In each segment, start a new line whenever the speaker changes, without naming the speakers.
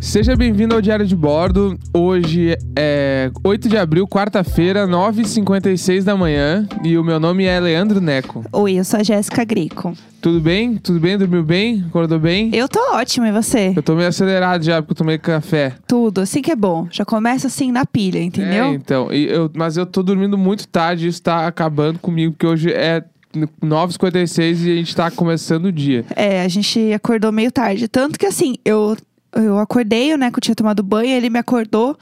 Seja bem-vindo ao Diário de Bordo. Hoje é 8 de abril, quarta-feira, 9h56 da manhã. E o meu nome é Leandro Neco.
Oi, eu sou a Jéssica Grico.
Tudo bem? Tudo bem? Dormiu bem? Acordou bem?
Eu tô ótima, e você?
Eu tô meio acelerado já, porque eu tomei café.
Tudo, assim que é bom. Já começa assim na pilha,
É,
entendeu?
então. E eu- mas eu tô dormindo muito tarde, isso tá acabando comigo, porque hoje é 9h56 e a gente tá começando o dia.
É, a gente acordou meio tarde. Tanto que assim, eu, eu acordei, o Neco tinha tomado banho, ele me acordou.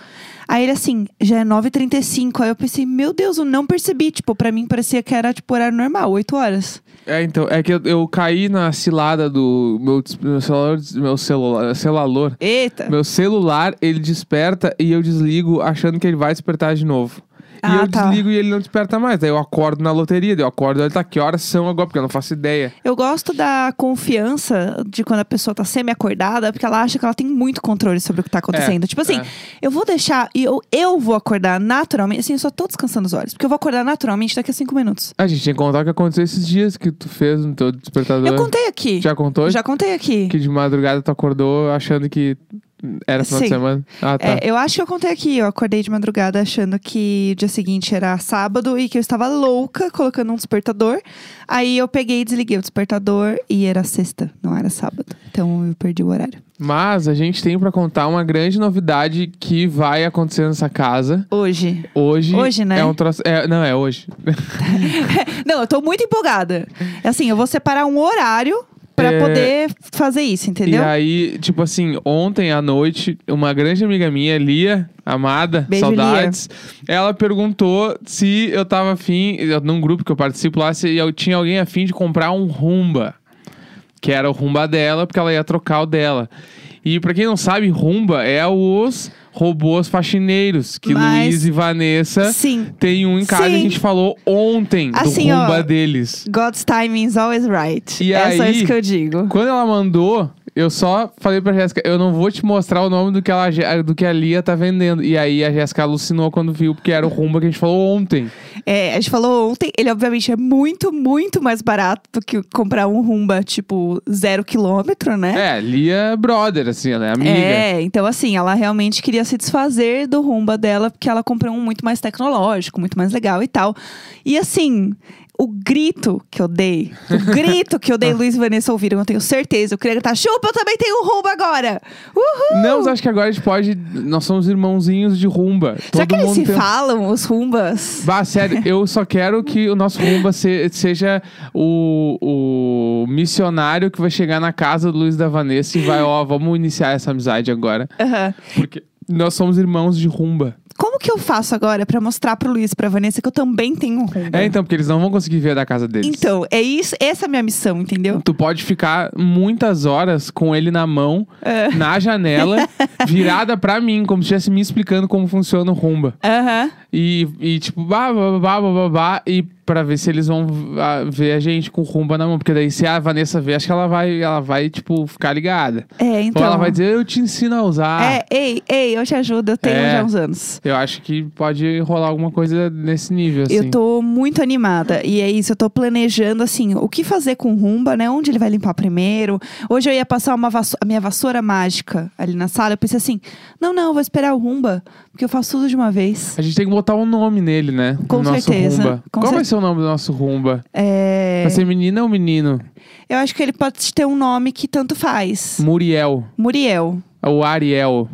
Aí ele assim, já é 9h35. Aí eu pensei, meu Deus, eu não percebi. Tipo, pra mim parecia que era tipo horário normal, 8 horas.
É, então. É que eu, eu caí na cilada do meu, dis- meu celular. Meu celular. Celular.
Eita!
Meu celular, ele desperta e eu desligo achando que ele vai despertar de novo.
Ah,
e eu
tá.
desligo e ele não desperta mais. Daí eu acordo na loteria, daí eu acordo, olha, tá, que horas são agora? Porque eu não faço ideia.
Eu gosto da confiança de quando a pessoa tá semi-acordada, porque ela acha que ela tem muito controle sobre o que tá acontecendo.
É,
tipo assim,
é.
eu vou deixar e eu, eu vou acordar naturalmente. Assim, eu só tô descansando os olhos, porque eu vou acordar naturalmente daqui a cinco minutos.
A gente tinha que contar o que aconteceu esses dias que tu fez no teu despertador.
Eu contei aqui.
Já contou?
Já contei aqui.
Que de madrugada tu acordou achando que era final de
Sim.
semana. Ah, tá.
É, eu acho que eu contei aqui. Eu acordei de madrugada achando que o dia seguinte era sábado e que eu estava louca colocando um despertador. Aí eu peguei e desliguei o despertador e era sexta, não era sábado. Então eu perdi o horário.
Mas a gente tem pra contar uma grande novidade que vai acontecer nessa casa.
Hoje.
Hoje.
Hoje, né?
É um troço. é- não, é hoje.
Não, eu tô muito empolgada. É Assim, eu vou separar um horário pra
É.
poder fazer isso, entendeu?
E aí, tipo assim, ontem à noite, uma grande amiga minha, Lia, amada,
Beijo,
saudades, ela perguntou se eu tava afim, eu- num grupo que eu participo lá, se eu tinha alguém afim de comprar um rumba. Que era o rumba dela, porque ela ia trocar o dela. E pra quem não sabe, rumba é os robôs faxineiros, que
Mas-
Luiz e Vanessa
Sim.
têm um em casa e a
Sim.
gente falou ontem
Assim,
do
ó,
rumba deles.
God's timing is always right.
E
é só
aí-
isso que eu digo.
Quando ela mandou, eu só falei pra Jéssica, eu não vou te mostrar o nome do que, ela, do que a Lia tá vendendo. E aí a Jéssica alucinou quando viu, porque era o rumba que a gente falou ontem.
É, a gente falou ontem, ele obviamente é muito, muito mais barato do que comprar um Rumba, tipo, zero quilômetro, né?
É, Lia é brother, assim, ela é amiga.
É, então assim, ela realmente queria se desfazer do rumba dela, porque ela comprou um muito mais tecnológico, muito mais legal e tal. E assim, o grito que eu dei, o grito que eu dei, Luiz e Vanessa ouviram, eu tenho certeza. Eu queria gritar, chupa, eu também tenho rumba agora! Uhul!
Não, mas acho que agora a gente pode. Nós somos irmãozinhos de rumba.
Será
Todo
que eles
mundo
se
tem um-
falam, os rumbas?
Bah, sério, eu só quero que o nosso rumba se- seja o, o missionário que vai chegar na casa do Luiz e da Vanessa e vai, ó, vamos iniciar essa amizade agora.
Aham.
Porque nós somos irmãos de rumba.
Como que eu faço agora pra mostrar pro Luiz e pra Vanessa que eu também tenho um rumba?
É, então, porque eles não vão conseguir ver da casa deles.
Então, é isso, essa é a minha missão, entendeu?
Tu pode ficar muitas horas com ele na mão,
É.
na janela, virada pra mim, como se estivesse me explicando como funciona o rumba.
Aham.
E, e tipo, bá, bá, bá, bá, bá, bá, e pra ver se eles vão ah, ver a gente com o rumba na mão. Porque daí se a Vanessa ver, acho que ela vai, ela vai tipo, ficar ligada.
É, então.
Ou ela vai dizer, eu te ensino a usar.
É, ei, ei, eu te ajudo, eu tenho
É.
já uns anos.
Eu acho que pode rolar alguma coisa nesse nível, assim.
Eu tô muito animada. E é isso, eu tô planejando, assim, o que fazer com o Rumba, né? Onde ele vai limpar primeiro. Hoje eu ia passar uma vasso- a minha vassoura mágica ali na sala. Eu pensei assim, não, não, eu vou esperar o Rumba, porque eu faço tudo de uma vez.
A gente tem que botar um nome nele, né?
Com
no nosso
certeza,
rumba.
com
Qual
cer-
vai ser o nome do nosso rumba?
É,
Vai ser menina ou menino?
Eu acho que ele pode ter um nome que tanto faz.
Muriel.
Muriel.
Ou Ariel.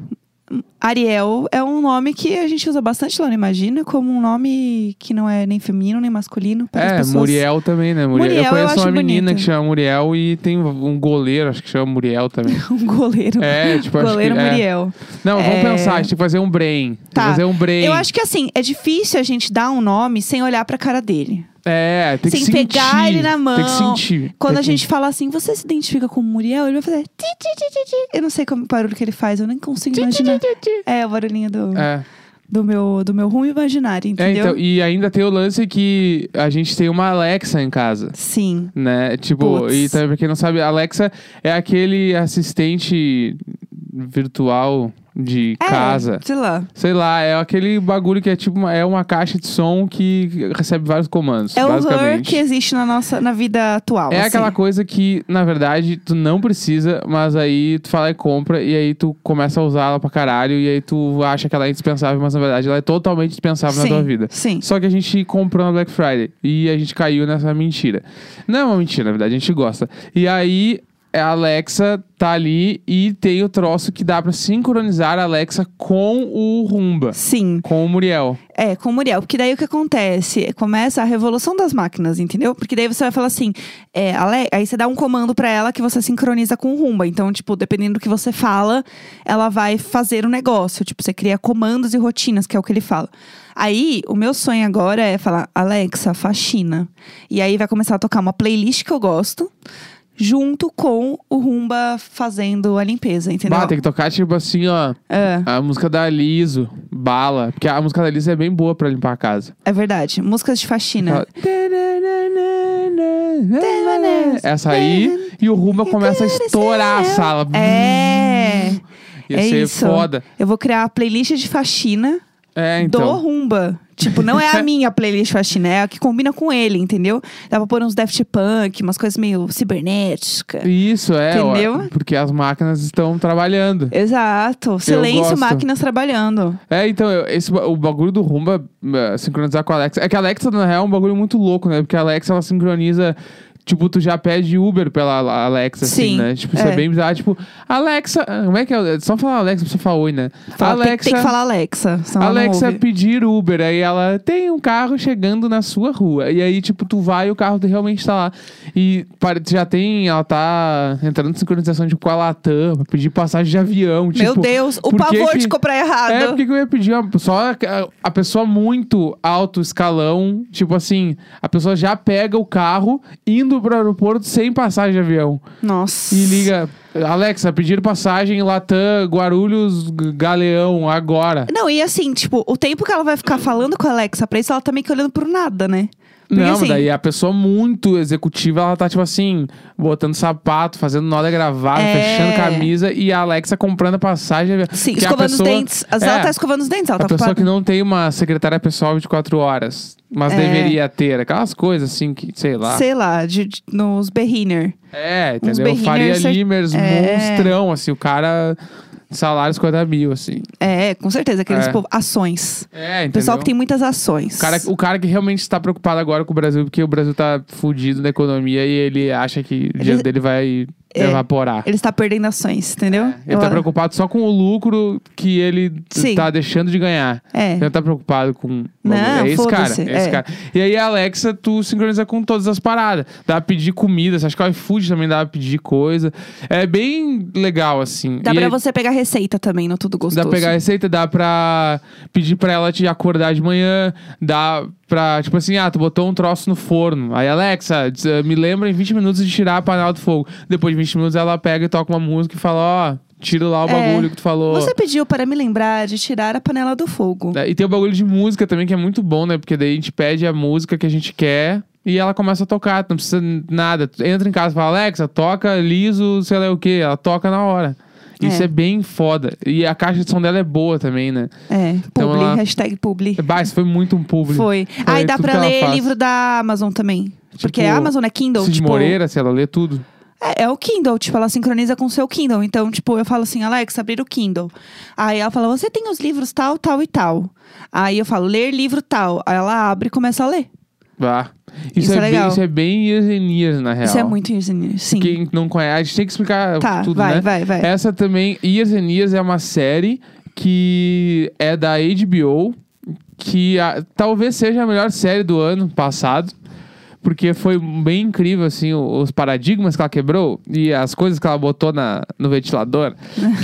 Ariel é um nome que a gente usa bastante lá no Imagina, como um nome que não é nem feminino, nem masculino. Para as
é,
pessoas.
Muriel também, né? Muriel.
Muriel,
eu
eu
conheço uma
acho
menina
bonito.
que chama Muriel e tem um goleiro, acho que chama Muriel também.
Um goleiro.
É, tipo, acho
goleiro
que- é.
Muriel.
Não, vamos
É.
pensar, a gente tem que fazer um brain. Tem que
Tá.
Fazer um brain.
Eu acho que assim, é difícil a gente dar um nome sem olhar pra cara dele.
É, tem que
Sim,
sentir.
pegar ele na
Tem que
mão.
sentir.
Quando
Tem
a
que-
gente fala assim, você se identifica com o Muriel? Ele vai fazer. ti, ti, ti, ti, ti. Eu não sei como barulho que ele faz, eu nem consigo imaginar. É o barulhinho do,
É.
do meu do meu rumo imaginário,
É,
entendeu?
então, e ainda tem o lance que a gente tem uma Alexa em casa.
Sim.
né? Tipo,
Puts.
e também pra quem não sabe, a Alexa é aquele assistente virtual de
É,
casa.
Sei lá.
Sei lá, é aquele bagulho que é tipo uma, é uma caixa de som que recebe vários comandos,
É o horror
basicamente.
que existe na nossa na vida atual.
É
assim.
aquela coisa que, na verdade, tu não precisa, mas aí tu fala e compra, e aí tu começa a usar ela pra caralho, e aí tu acha que ela é indispensável, mas na verdade ela é totalmente dispensável
Sim,
na tua vida.
Sim.
Só que a gente comprou na Black Friday e a gente caiu nessa mentira. Não é uma mentira, na verdade, a gente gosta. E aí a Alexa tá ali e tem o troço que dá pra sincronizar a Alexa com o Rumba,
Sim.
com o Muriel.
É, com o Muriel. Porque daí o que acontece? Começa a revolução das máquinas, entendeu? Porque daí você vai falar assim, é, Ale- aí você dá um comando pra ela que você sincroniza com o Rumba. Então, tipo, dependendo do que você fala, ela vai fazer o negócio. Tipo, você cria comandos e rotinas, que é o que ele fala. Aí, o meu sonho agora é falar, Alexa, faxina. E aí vai começar a tocar uma playlist que eu gosto, junto com o Rumba fazendo a limpeza, entendeu?
Bah, tem que tocar tipo assim, ó.
É.
A música da Liso, bala. Porque a música da Liso é bem boa pra limpar a casa.
É verdade. Músicas de faxina.
Fala- Essa aí, e o Rumba começa a estourar a sala.
É.
Ia
é
ser
isso.
foda.
Eu vou criar a playlist de faxina
É, então.
do Rumba. Tipo, não é a minha playlist faxina, é a que combina com ele, entendeu? Dá pra pôr uns Daft Punk, umas coisas meio cibernéticas.
Isso, é. ó,
Entendeu?
porque as máquinas estão trabalhando.
Exato. Silêncio,
gosto.
máquinas trabalhando.
É, então, eu- esse, ba- o bagulho do Rumba eh, sincronizar com a Alexa. É que a Alexa, na real, é um bagulho muito louco, né? Porque a Alexa, ela sincroniza. Tipo, tu já pede Uber pela Al- Alexa,
Sim,
assim, né? Tipo, isso é,
é.
bem bizarro. Tipo, Alexa. ah, Como é que é? Só falar Alexa, precisa falar oi, né?
Fala, tem-
Alexa.
tem, que falar Alexa. senão ela não
Alexa
ouve.
pedir Uber, aí ela tem um carro chegando na sua rua. E aí, tipo, tu vai e o carro realmente tá lá. E pare- já tem, ela tá entrando em sincronização tipo, com a Latam, pra pedir passagem de avião.
Meu
tipo,
Deus, o
por que
pavor
que-
de comprar errado.
é, porque que eu ia pedir uma- só a, a pessoa muito alto escalão, tipo assim, a pessoa já pega o carro indo pro aeroporto sem passagem de avião.
Nossa.
E liga, Alexa, pedir passagem Latam, Guarulhos, G- Galeão, agora.
Não, e assim, tipo, o tempo que ela vai ficar falando com a Alexa pra isso, ela tá meio que olhando pro nada, né? Porque,
Não,
assim,
daí a pessoa muito executiva, ela tá tipo assim, botando sapato, fazendo nó da gravata,
É.
fechando camisa e a Alexa comprando a passagem.
Sim,
Que a
escovando
pessoa-
os dentes. Às vezes
É.
ela tá escovando os dentes, ela
a
tá
pessoa
ocupada.
que não tem uma secretária pessoal 24 horas, mas
É.
deveria ter. Aquelas coisas assim que, sei lá.
Sei lá, de- de- nos berriner.
É,
Uns
entendeu? Faria
berrinhos, cer-
Limers,
É.
monstrão, assim, o cara. Salário 50 mil, assim.
É, com certeza, aqueles
É.
povo- ações.
É,
O
entendeu?
Pessoal que tem muitas ações.
o, cara, o cara que realmente está preocupado agora com o Brasil, porque o Brasil tá fudido na economia e ele acha que o dinheiro dele vai
É.
evaporar.
Ele está perdendo ações, entendeu?
Ele tá
Ela-
preocupado só com o lucro que ele
Sim.
tá deixando de ganhar.
É.
Você não tá preocupado com.
Não,
é esse cara.
foda-se,
É esse
é.
cara. E aí, a Alexa, tu sincroniza com todas as paradas. Dá pra pedir comida. Acho que o iFood também dá pra pedir coisa. É bem legal, assim.
Dá
E
pra
aí,
você pegar receita também no Tudo
Dá
Gostoso.
pra pegar a receita, dá pra pedir pra ela te acordar de manhã, dá pra, tipo assim, ah, tu botou um troço no forno. Aí, Alexa, diz, ah, me lembra em 20 minutos de tirar a panela do fogo. Depois de 20 minutos, ela pega e toca uma música e fala, ó, tira lá o
É.
bagulho que tu falou.
Você pediu para me lembrar de tirar a panela do fogo.
É, E tem o bagulho de música também, que é muito bom, né? Porque daí a gente pede a música que a gente quer e ela começa a tocar. Tu Não precisa n- nada. Tu Entra em casa e fala, Alexa, toca liso, sei lá o quê. Ela toca na hora. Isso
É.
é bem foda. E a caixa de som dela é boa também, né?
É, publi,
Então ela-
hashtag publi.
Bah, isso foi muito um público.
Foi. Aí dá
tudo
pra
que ela
ler
faz.
livro da Amazon também. porque a Amazon é Kindle,
Cid
tipo.
Moreira, se ela lê tudo.
É, é o Kindle, tipo, ela sincroniza com o seu Kindle. Então, tipo, eu falo assim, Alexa, abrir o Kindle. Aí ela fala, você tem os livros tal, tal e tal. Aí eu falo, ler livro tal. Aí ela abre e começa a ler.
Bah.
Isso é
bem,
legal.
Isso é bem years and years, na real.
Isso é muito engenheiro, sim.
Quem não conhece, a gente tem que explicar
Tá,
tudo,
vai,
né?
vai, vai.
Essa também, Years and Years, é uma série que é da HBO, que a- talvez seja a melhor série do ano passado. Porque foi bem incrível, assim, o- os paradigmas que ela quebrou e as coisas que ela botou na, no ventilador.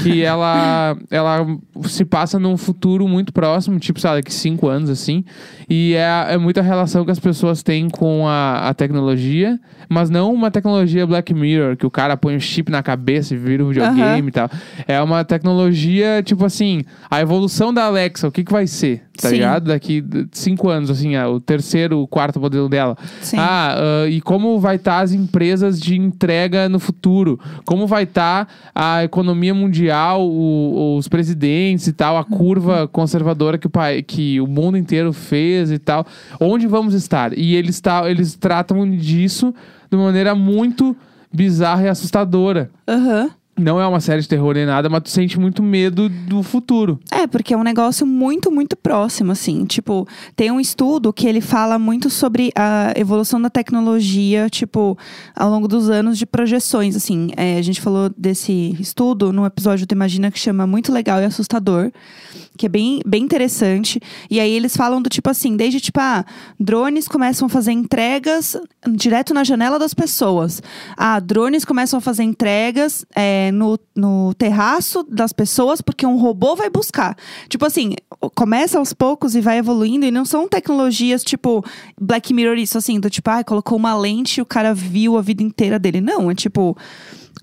que ela, ela se passa num futuro muito próximo, tipo, sei lá, daqui cinco anos, assim. E é, é muita relação que as pessoas têm com a, a tecnologia, mas não uma tecnologia Black Mirror, que o cara põe um chip na cabeça e vira um videogame
Aham.
e tal. É uma tecnologia, tipo assim, a evolução da Alexa, o que, que vai ser? Tá
Sim.
ligado? Daqui d- cinco anos, assim, é, o terceiro, o quarto modelo dela.
Sim.
Ah, Ah, ah, e como vai estar as empresas de entrega no futuro? Como vai estar a economia mundial, o- os presidentes e
Uhum.
tal, a curva conservadora que o, pai, que o mundo inteiro fez e tal? Onde vamos estar? E eles, ta- eles tratam disso de uma maneira muito bizarra e assustadora.
Aham.
Não é uma série de terror nem nada, mas tu sente muito medo do futuro.
É, porque é um negócio muito, muito próximo, assim. Tipo, tem um estudo que ele fala muito sobre a evolução da tecnologia, tipo, ao longo dos anos de projeções, assim. É, a gente falou desse estudo num episódio do Imagina que chama Muito Legal e Assustador, que é bem, bem interessante. E aí eles falam do tipo assim, desde tipo, ah, drones começam a fazer entregas direto na janela das pessoas. Ah, drones começam a fazer entregas é, no, no terraço das pessoas porque um robô vai buscar. Tipo assim, começa aos poucos e vai evoluindo e não são tecnologias tipo Black Mirror isso assim, do tipo, ah, colocou uma lente e o cara viu a vida inteira dele. Não, é tipo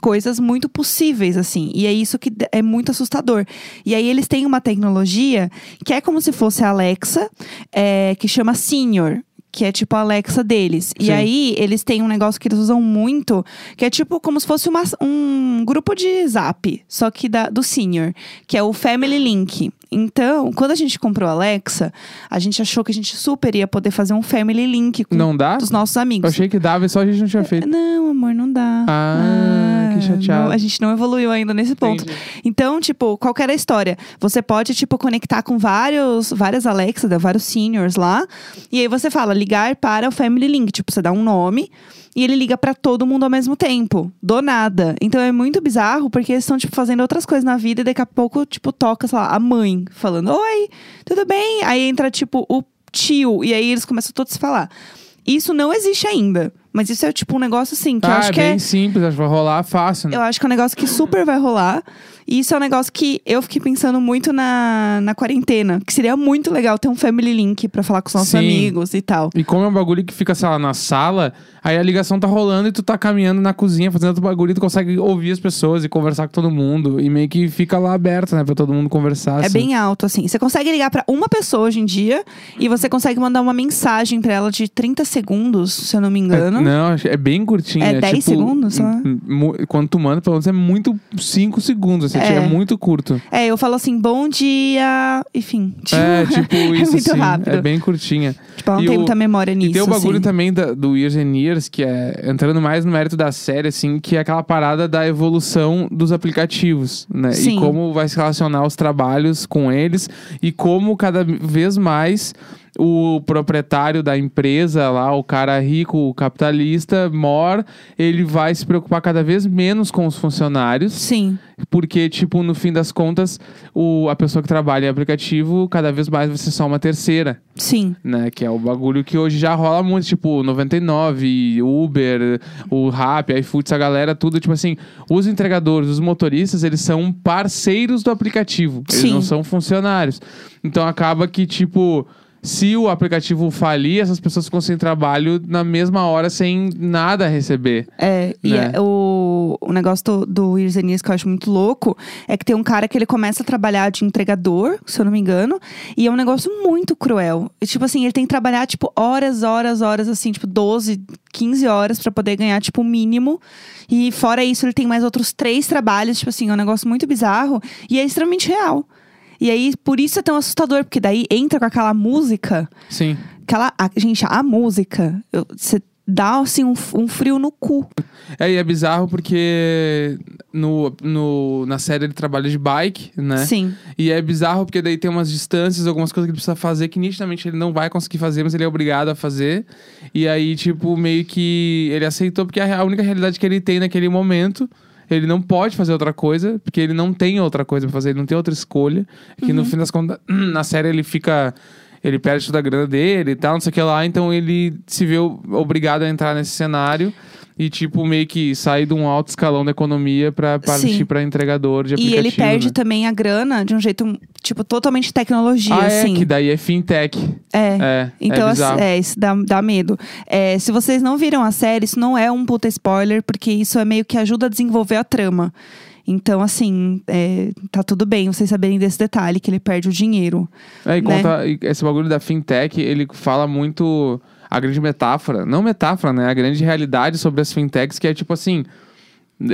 coisas muito possíveis, assim. E é isso que d- é muito assustador. E aí eles têm uma tecnologia que é como se fosse a Alexa, é, que chama Senior. Que é tipo a Alexa deles. E
Sim.
aí, eles têm um negócio que eles usam muito, que é tipo como se fosse uma- um grupo de zap, só que da, do senior, que é o Family Link. Então, quando a gente comprou a Alexa, a gente achou que a gente super ia poder fazer um Family Link com
Não dá?
os nossos
Eu
amigos.
achei que dava e só a gente não tinha feito.
Não, amor, não dá.
Ah, que chateado.
não, a gente não evoluiu ainda nesse ponto.
Entendi.
Então, tipo, qual que era a história? Você pode, tipo, conectar com vários, várias Alexa, né, vários seniors lá. E aí você fala, ligar para o Family Link. Tipo, você dá um nome e ele liga pra todo mundo ao mesmo tempo. Do nada. Então é muito bizarro, porque eles estão, tipo, fazendo outras coisas na vida. E daqui a pouco, tipo, toca, sei lá, a mãe falando, oi, tudo bem? Aí entra, tipo, o tio. E aí eles começam todos a falar. Isso não existe ainda. Mas isso é, tipo, um negócio, assim, que eu
ah,
acho
é
que
bem
é...
simples, acho que vai rolar fácil. Né?
Eu acho que é um negócio que super vai rolar. E isso é um negócio que eu fiquei pensando muito na, na quarentena. Que seria muito legal ter um family link pra falar com os nossos
Sim.
amigos e tal.
E como é um bagulho que fica, sei lá, na sala, aí a ligação tá rolando e tu tá caminhando na cozinha, fazendo outro bagulho, e tu consegue ouvir as pessoas e conversar com todo mundo. E meio que fica lá aberto, né, pra todo mundo conversar.
É
assim.
bem alto, assim. Você consegue ligar pra uma pessoa hoje em dia e você consegue mandar uma mensagem pra ela de 30 segundos, se eu não me
É,
engano.
não, acho- é bem curtinho.
É
é
10
tipo,
segundos só?
m- mu- Quando tu manda, pelo menos é muito 5 segundos. Assim,
É.
é. muito curto.
É, eu falo assim, bom dia. Enfim. Tipo,
É, tipo isso.
muito
assim,
rápido.
É bem curtinha.
tipo, ela não
e
tem
o-
muita memória nisso.
E tem o bagulho
assim.
também da- do Years and Years, que é entrando mais no mérito da série, assim, que é aquela parada da evolução dos aplicativos, né?
Sim.
E como vai se relacionar os trabalhos com eles e como cada vez mais o proprietário da empresa lá, o cara rico, o capitalista, mor, ele vai se preocupar cada vez menos com os funcionários.
Sim.
Porque, tipo, no fim das contas, o, a pessoa que trabalha em aplicativo cada vez mais vai ser só uma terceira
Sim.
né? Que é o bagulho que hoje já rola muito, tipo 99, Uber, o Rap, iFood, essa galera, tudo, tipo assim, os entregadores, os motoristas, eles são parceiros do aplicativo,
Sim.
eles não são funcionários. Então acaba que, tipo, se o aplicativo falir, essas pessoas ficam sem trabalho na mesma hora, sem nada a receber.
É, e
Né?
é- o, o negócio do, do Iris Enias que eu acho muito louco é que tem um cara que ele começa a trabalhar de entregador, se eu não me engano, e é um negócio muito cruel. E, tipo assim, ele tem que trabalhar, tipo, horas, horas, horas, assim, tipo, 12, 15 horas pra poder ganhar, tipo, o mínimo. E fora isso, ele tem mais outros três trabalhos, tipo assim, é um negócio muito bizarro e é extremamente real. E aí, por isso é tão assustador, porque daí entra com aquela música
Sim.
aquela. a- gente, a música, você dá assim um, f- um frio no cu.
É, e é bizarro porque no, no, na série ele trabalha de bike, né?
Sim.
E é bizarro porque daí tem umas distâncias, algumas coisas que ele precisa fazer que nitidamente ele não vai conseguir fazer, mas ele é obrigado a fazer. E aí, tipo, meio que ele aceitou porque é a única realidade que ele tem naquele momento. Ele não pode fazer outra coisa, porque ele não tem outra coisa pra fazer, ele não tem outra escolha. Que
Uhum.
no fim das contas, na série ele fica. Ele perde toda a grana dele e tal, não sei o que lá. Então ele se vê o- obrigado a entrar nesse cenário e, tipo, meio que sair de um alto escalão da economia pra
Sim.
partir pra entregador de
E
aplicativo.
ele perde
né?
também a grana de um jeito, tipo, totalmente tecnologia,
ah,
assim.
É, que daí é fintech.
É.
É.
Então,
é
assim,
bizarro.
é, isso dá, dá medo. É, se vocês não viram a série, isso não é um puta spoiler, porque isso é meio que ajuda a desenvolver a trama. Então, assim, é, tá tudo bem vocês saberem desse detalhe, que ele perde o dinheiro.
É, e
né?
conta, e esse bagulho da fintech, ele fala muito a grande metáfora, não metáfora, né? A grande realidade sobre as fintechs, que é tipo assim.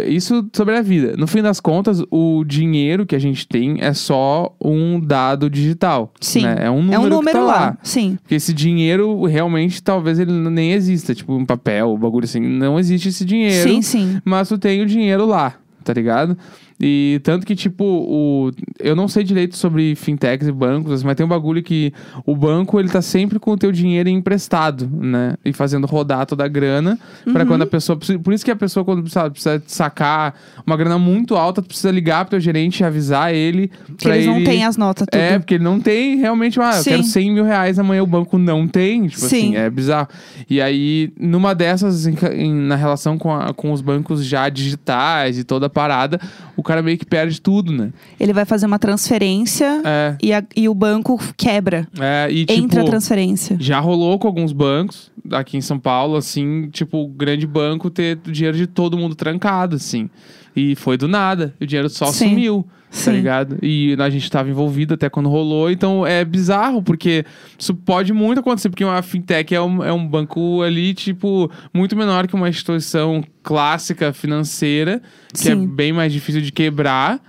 Isso sobre a vida. No fim das contas, o dinheiro que a gente tem é só um dado digital.
Sim.
né? É um número,
é um número
que tá
lá.
lá.
Sim.
Porque esse dinheiro realmente talvez ele nem exista, tipo um papel, um bagulho assim, não existe esse dinheiro.
Sim, sim.
Mas tu tem o dinheiro lá, tá ligado? E tanto que tipo o eu não sei direito sobre fintechs e bancos, mas tem um bagulho que o banco ele tá sempre com o teu dinheiro emprestado, né? E fazendo rodar toda a grana pra
Uhum.
quando a pessoa precisa, por isso que a pessoa quando precisa, precisa sacar uma grana muito alta, tu precisa ligar pro teu gerente e avisar ele
Que
pra
eles não
ele
têm as notas tudo.
é, porque ele não tem realmente. Ah, eu
Sim.
quero 100 mil reais, amanhã o banco não tem. Tipo assim,
Sim.
é bizarro. E aí, numa dessas, em ca- em- na relação com, a- com os bancos já digitais e toda a parada, o cara meio que perde tudo, né?
Ele vai fazer uma transferência
É.
e, a- e o banco quebra.
é e tipo.
Entra a transferência.
Já rolou com alguns bancos aqui em São Paulo, assim, tipo, o grande banco ter o dinheiro de todo mundo trancado, assim. E foi do nada. O dinheiro só
Sim.
sumiu, tá
Sim.
ligado? E a gente tava envolvido até quando rolou. Então é bizarro, porque isso pode muito acontecer, porque uma fintech é um, é um banco ali, tipo, muito menor que uma instituição clássica financeira, que é
Sim.
bem mais difícil de quebrar.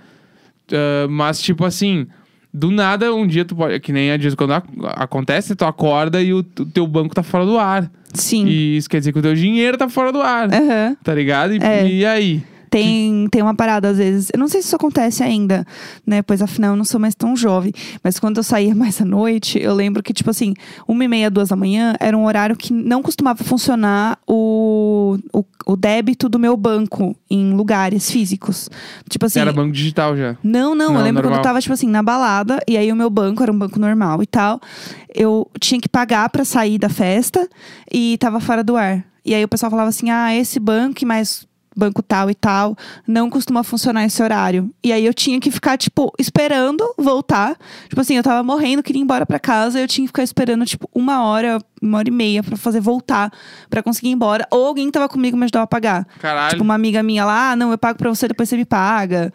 Ah, mas, tipo assim, do nada, um dia tu pode. Que nem a diz quando ac- acontece, tu acorda e o, o teu banco tá fora do ar.
Sim.
E isso quer dizer que o teu dinheiro tá fora do ar.
Aham.
Tá ligado? E,
É.
e aí?
Tem, tem uma parada, às vezes. Eu não sei se isso acontece ainda, né? Pois afinal eu não sou mais tão jovem. Mas quando eu saía mais à noite, eu lembro que, tipo assim, uma e meia, duas da manhã era um horário que não costumava funcionar o, o, o débito do meu banco em lugares físicos. Tipo assim.
Era banco digital já.
Não, não,
Não,
Eu lembro
normal.
quando eu tava, tipo assim, na balada, e aí o meu banco era um banco normal e tal. Eu tinha que pagar pra sair da festa e tava fora do ar. E aí o pessoal falava assim: ah, esse banco e mais banco tal e tal não costuma funcionar esse horário. E aí eu tinha que ficar, tipo, esperando voltar. Tipo assim, eu tava morrendo, queria ir embora pra casa, eu tinha que ficar esperando, tipo, uma hora, uma hora e meia pra fazer voltar, pra conseguir ir embora. Ou alguém que tava comigo me ajudava a pagar.
Caralho.
Tipo, uma amiga minha lá, ah, não, eu pago pra você, depois você me paga.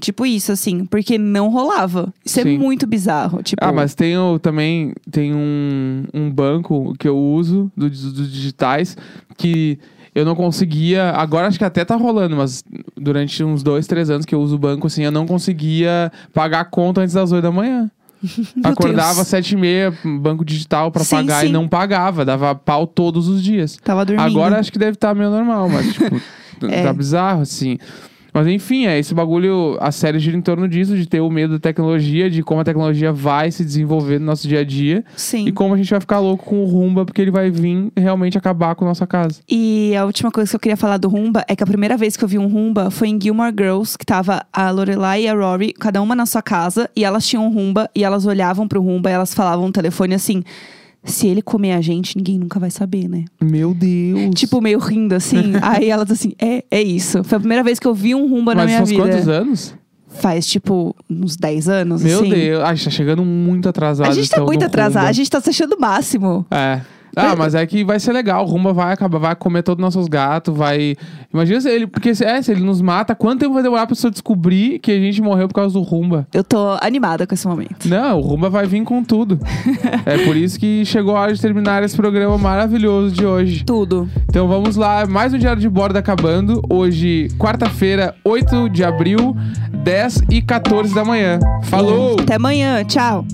Tipo isso, assim, porque não rolava. Isso
Sim.
é muito bizarro. Tipo,
Ah, mas tem o, também tem um, um banco que eu uso do- dos digitais que eu não conseguia. Agora acho que até tá rolando, mas durante uns dois, três anos que eu uso o banco, assim, eu não conseguia pagar a conta antes das oito da manhã.
Meu
Acordava às
Deus.
sete e meia, banco digital pra
Sim,
pagar e
sim.
não pagava, dava pau todos os dias.
tava dormindo.
Agora acho que deve estar meio normal, mas tipo, t-
É.
tá bizarro, assim. Mas enfim, é esse bagulho, a série gira em torno disso, de ter o medo da tecnologia, de como a tecnologia vai se desenvolver no nosso dia a dia
Sim.
e como a gente vai ficar louco com o rumba, porque ele vai vir realmente acabar com a nossa casa.
E a última coisa que eu queria falar do Rumba é que a primeira vez que eu vi um Rumba foi em Gilmore Girls, que tava a Lorelai e a Rory, cada uma na sua casa, e elas tinham um Rumba, e elas olhavam pro Rumba, e elas falavam no telefone assim: se ele comer a gente, ninguém nunca vai saber, né?
Meu Deus.
Tipo, meio rindo assim. aí elas assim: é, é isso. Foi a primeira vez que eu vi um Rumba na
mas
minha
faz
vida.
quantos anos?
Faz tipo uns 10 anos,
Meu
assim.
Deus. Ai, tá chegando muito atrasado.
A gente tá
então,
muito
no
atrasado, a
Rumba.
gente tá se achando o máximo.
É. Ah,
Mas-
mas é que vai ser legal. O Rumba vai acabar, vai comer todos os nossos gatos, vai. Imagina se ele. Porque se, é, se ele nos mata, quanto tempo vai demorar pra pessoa descobrir que a gente morreu por causa do Rumba?
Eu tô animada com esse momento.
Não, o Rumba vai vir com tudo. é por isso que chegou a hora de terminar esse programa maravilhoso de hoje.
Tudo.
Então vamos lá, mais um Diário de Bordo acabando. Hoje, quarta-feira, 8 de abril, 10 e 14 da manhã. Falou!
Até amanhã. Tchau.